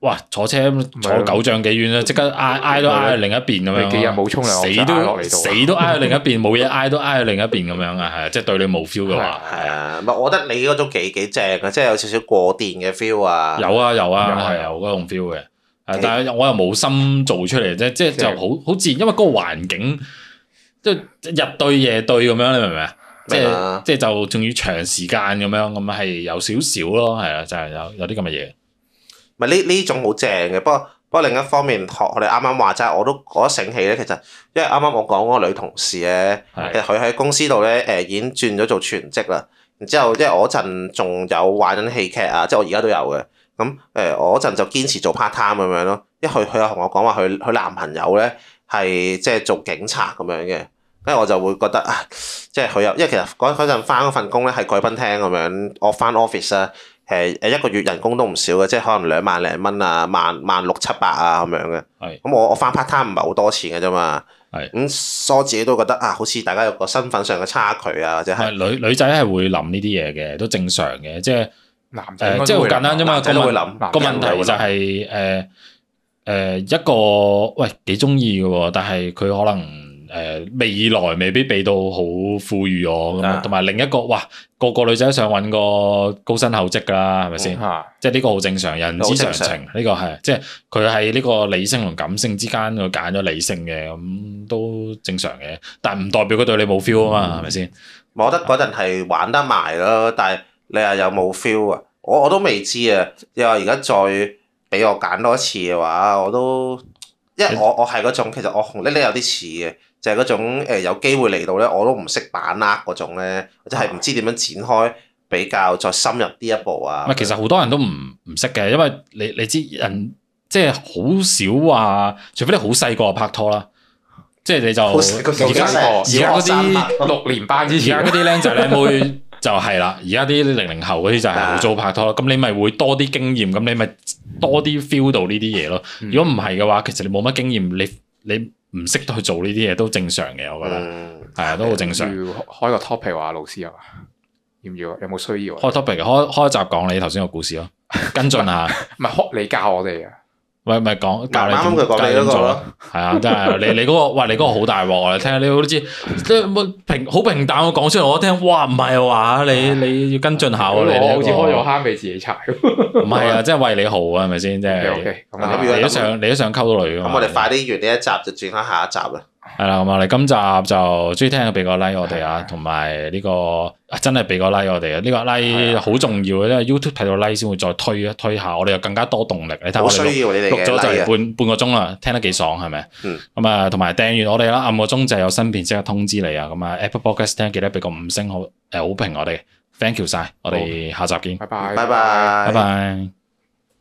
Speaker 1: 哇坐車坐
Speaker 3: 啊
Speaker 1: 九丈幾遠啦，即刻挨挨都挨去另一邊咁樣
Speaker 3: 你
Speaker 1: 咯，
Speaker 3: 幾日冇沖涼我
Speaker 1: 死
Speaker 3: 就挨落
Speaker 1: 都
Speaker 3: 嚟度啊
Speaker 1: 死都挨去另一邊，冇嘢挨都挨去另一邊咁樣啊，係啊即係對你冇 feel 嘅話，
Speaker 2: 係啊，唔係我覺得你嗰種幾幾正嘅，即係有少少過電嘅 feel 啊。
Speaker 1: 有啊有啊，
Speaker 3: 有啊
Speaker 1: 係有嗰種 feel 嘅，係但係我又冇心做出嚟啫，即係
Speaker 3: 即
Speaker 1: 就
Speaker 3: 係
Speaker 1: 好好自然，因為嗰個環境即係日對夜對咁樣，你明唔明啊？即
Speaker 2: 明
Speaker 1: 係
Speaker 2: 啊
Speaker 1: 即係就仲要長時間咁樣，咁係有少少咯，係啊，就係有有啲咁嘅嘢。
Speaker 2: 唔係呢呢種好正嘅，不過不過另一方面，學我哋啱啱話齋，我都我都醒起咧，其實因為啱啱我講嗰個女同事咧，
Speaker 1: 係
Speaker 2: 其實佢喺公司度咧誒已經轉咗做全職啦。然之後，因為我嗰陣仲有玩緊戲劇啊，即係我而家都有嘅。咁誒，我嗰陣就堅持做 part time 咁樣咯。因為佢佢又同我講話，佢佢男朋友咧係即係做警察咁樣嘅，跟住我就會覺得啊，即係佢又因為其實嗰嗰陣翻嗰份工咧係貴賓廳咁樣，我翻 office 啊。誒誒一個月人工都唔少嘅，即係可能兩萬零蚊啊，萬萬六七百啊咁樣嘅。
Speaker 1: 係
Speaker 2: 咁我我翻 part time 唔係好多錢嘅啫嘛。
Speaker 1: 係
Speaker 2: 咁我自己都覺得啊，好似大家有個身份上嘅差距啊，或者係
Speaker 1: 係女女仔係會諗呢啲嘢嘅，都正常嘅，即係
Speaker 3: 男仔應
Speaker 1: 誒，
Speaker 3: 該
Speaker 1: 呃即係
Speaker 3: 都
Speaker 1: 好
Speaker 3: 會
Speaker 1: 簡單啫嘛。
Speaker 2: 男
Speaker 1: 個
Speaker 2: 仔都會
Speaker 1: 問
Speaker 2: 諗。
Speaker 1: 個問題就係誒誒一個喂幾中意嘅喎，但係佢可能。誒、未來未必俾到好富裕我咁啊
Speaker 2: 啊，
Speaker 1: 同埋另一個哇，個個女仔都想揾個高薪厚職㗎啦，係咪先？
Speaker 3: 嚇
Speaker 1: 即係呢個嗯好正常，人之常情，呢個係即係佢喺呢個理性同感性之間，佢揀咗理性嘅，咁都正常嘅。但唔代表佢對你冇 feel 啊嘛，係咪先？
Speaker 2: 我覺得嗰陣係玩得埋咯，但係你又有冇 feel 啊？我我都未知啊。你話而家再俾我揀多一次嘅話，我都因為我我係嗰種其實我同呢呢有啲似嘅，就係嗰種誒有機會嚟到咧，我都唔識把握嗰種咧，或者係唔知點樣展開比較再深入啲一步啊
Speaker 1: 唔。係，其實好多人都唔唔識嘅，因為你你知人即係好少話，除非你好細個就拍拖啦，即係你就
Speaker 2: 好細個就
Speaker 1: 而家
Speaker 2: 真
Speaker 1: 而
Speaker 2: 係
Speaker 1: 家嗰
Speaker 2: 小學生
Speaker 1: 啲
Speaker 2: 拍。
Speaker 3: 六年班之
Speaker 1: 而家
Speaker 3: 前
Speaker 1: 嗰啲僆仔僆 妹就係啦，而家啲零零後嗰啲就係好早拍拖咯。咁你咪會多啲經驗，咁你咪多啲 feel 到呢啲嘢咯。
Speaker 3: 嗯
Speaker 1: 如果唔係嘅話，其實你冇乜經驗，你你唔識得去做呢啲嘢都正常嘅，我覺得
Speaker 2: 嗯，
Speaker 1: 係啊，都好正常。
Speaker 3: 要開個 topic 話老師係啊嘛？要唔要啊？有冇需要啊？
Speaker 1: 開 topic，開開一集講你頭先個故事咯，跟進下，
Speaker 3: 唔係學你教我哋啊！
Speaker 1: 喂咪講教
Speaker 2: 啱
Speaker 1: 你
Speaker 2: 啱佢
Speaker 1: 點教
Speaker 2: 講
Speaker 1: 你
Speaker 2: 你嗰
Speaker 1: 點
Speaker 2: 個
Speaker 1: 做
Speaker 2: 咯
Speaker 1: 咯，，係啊，真係你你嗰 個，哇你嗰個好大鑊啊！聽你都知，即係冇平好平淡咁講出嚟，我一聽哇唔係話你
Speaker 2: 啊
Speaker 1: 你要跟進下
Speaker 3: 我
Speaker 1: 喎，你呢
Speaker 3: 好似
Speaker 1: 個
Speaker 3: 開咗坑俾自己踩。
Speaker 1: 唔係 啊，即係為你好啊，係咪先？即
Speaker 3: O
Speaker 1: 係
Speaker 3: K，咁
Speaker 2: 嗱咁如
Speaker 3: 啊
Speaker 2: 果
Speaker 1: 你都想你都想溝到女噶啊
Speaker 2: 咁
Speaker 1: 嘛？
Speaker 2: 我哋快啲完呢一集就轉翻下一集啦。
Speaker 1: 係啦，咁我哋今集就中意聽嘅俾個 like 我哋啊，同埋呢個啊真係俾個 like 我哋啊，呢個
Speaker 3: 係
Speaker 1: like
Speaker 3: 啊
Speaker 1: 好重要嘅，因為 YouTube 睇到 like 先會再推一推下，我哋又更加多動力。你睇
Speaker 2: 好
Speaker 1: 我哋錄
Speaker 2: 需要你哋
Speaker 1: 錄咗
Speaker 2: 嘅
Speaker 1: 就
Speaker 2: like
Speaker 1: 嚟
Speaker 2: 啊
Speaker 1: 半半個鐘啦，聽得幾爽係咪
Speaker 2: 嗯？
Speaker 1: 咁啊，同埋訂閱我哋啦，按個鐘就有新片即刻通知你啊。咁啊，Apple Podcast 聽記得俾個五星好誒好評我哋，thank you 晒，我哋下集見，
Speaker 3: 拜拜，
Speaker 2: 拜拜
Speaker 1: 拜拜。